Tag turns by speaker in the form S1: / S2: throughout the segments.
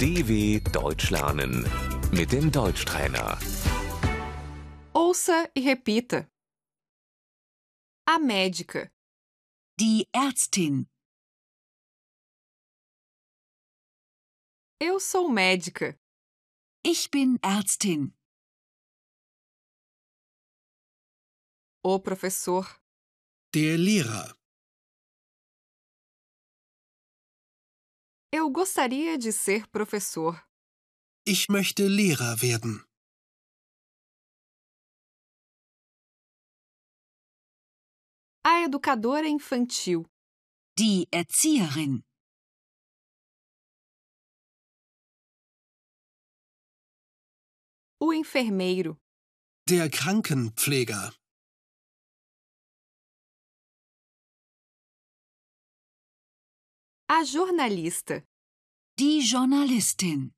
S1: DW Deutsch lernen mit dem Deutschtrainer.
S2: Ouça e repita. A médica,
S3: Die Ärztin.
S2: eu sou médica.
S3: Ich bin Ärztin.
S2: O professor,
S4: Der Lehrer.
S2: eu gostaria de ser professor.
S4: Ich möchte Lehrer werden.
S2: A educadora infantil,
S3: Die Erzieherin.
S2: o enfermeiro,
S4: Der Krankenpfleger.
S2: a jornalista,
S3: Die Journalistin.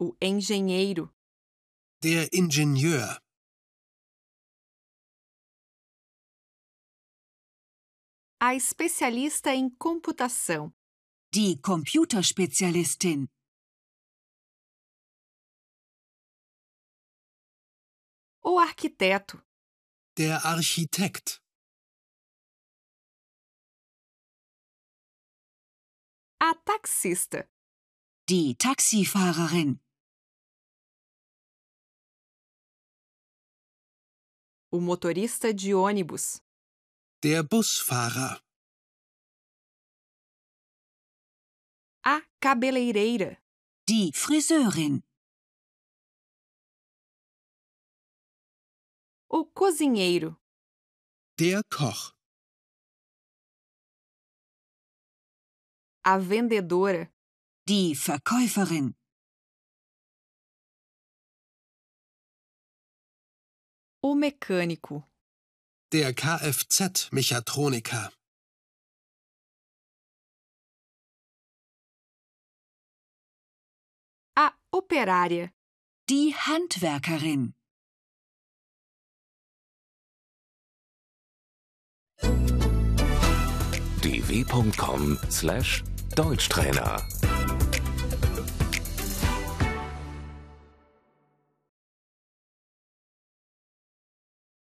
S2: o engenheiro,
S4: Der Ingenieur.
S2: a especialista em computação,
S3: Die Computerspezialistin.
S2: o arquiteto,
S4: Der Architekt.
S2: a taxista,
S3: Die Taxifahrerin.
S2: o motorista de ônibus,
S4: Der Busfahrer.
S2: a cabeleireira,
S3: Die Friseurin.
S2: o cozinheiro,
S4: Der Koch.
S2: a vendedora,
S3: Die Verkäuferin.
S2: o mecânico.
S4: Der Kfz-Mechatroniker.
S2: a operária,
S3: Die Handwerkerin.
S1: dw.com/deutschtrainer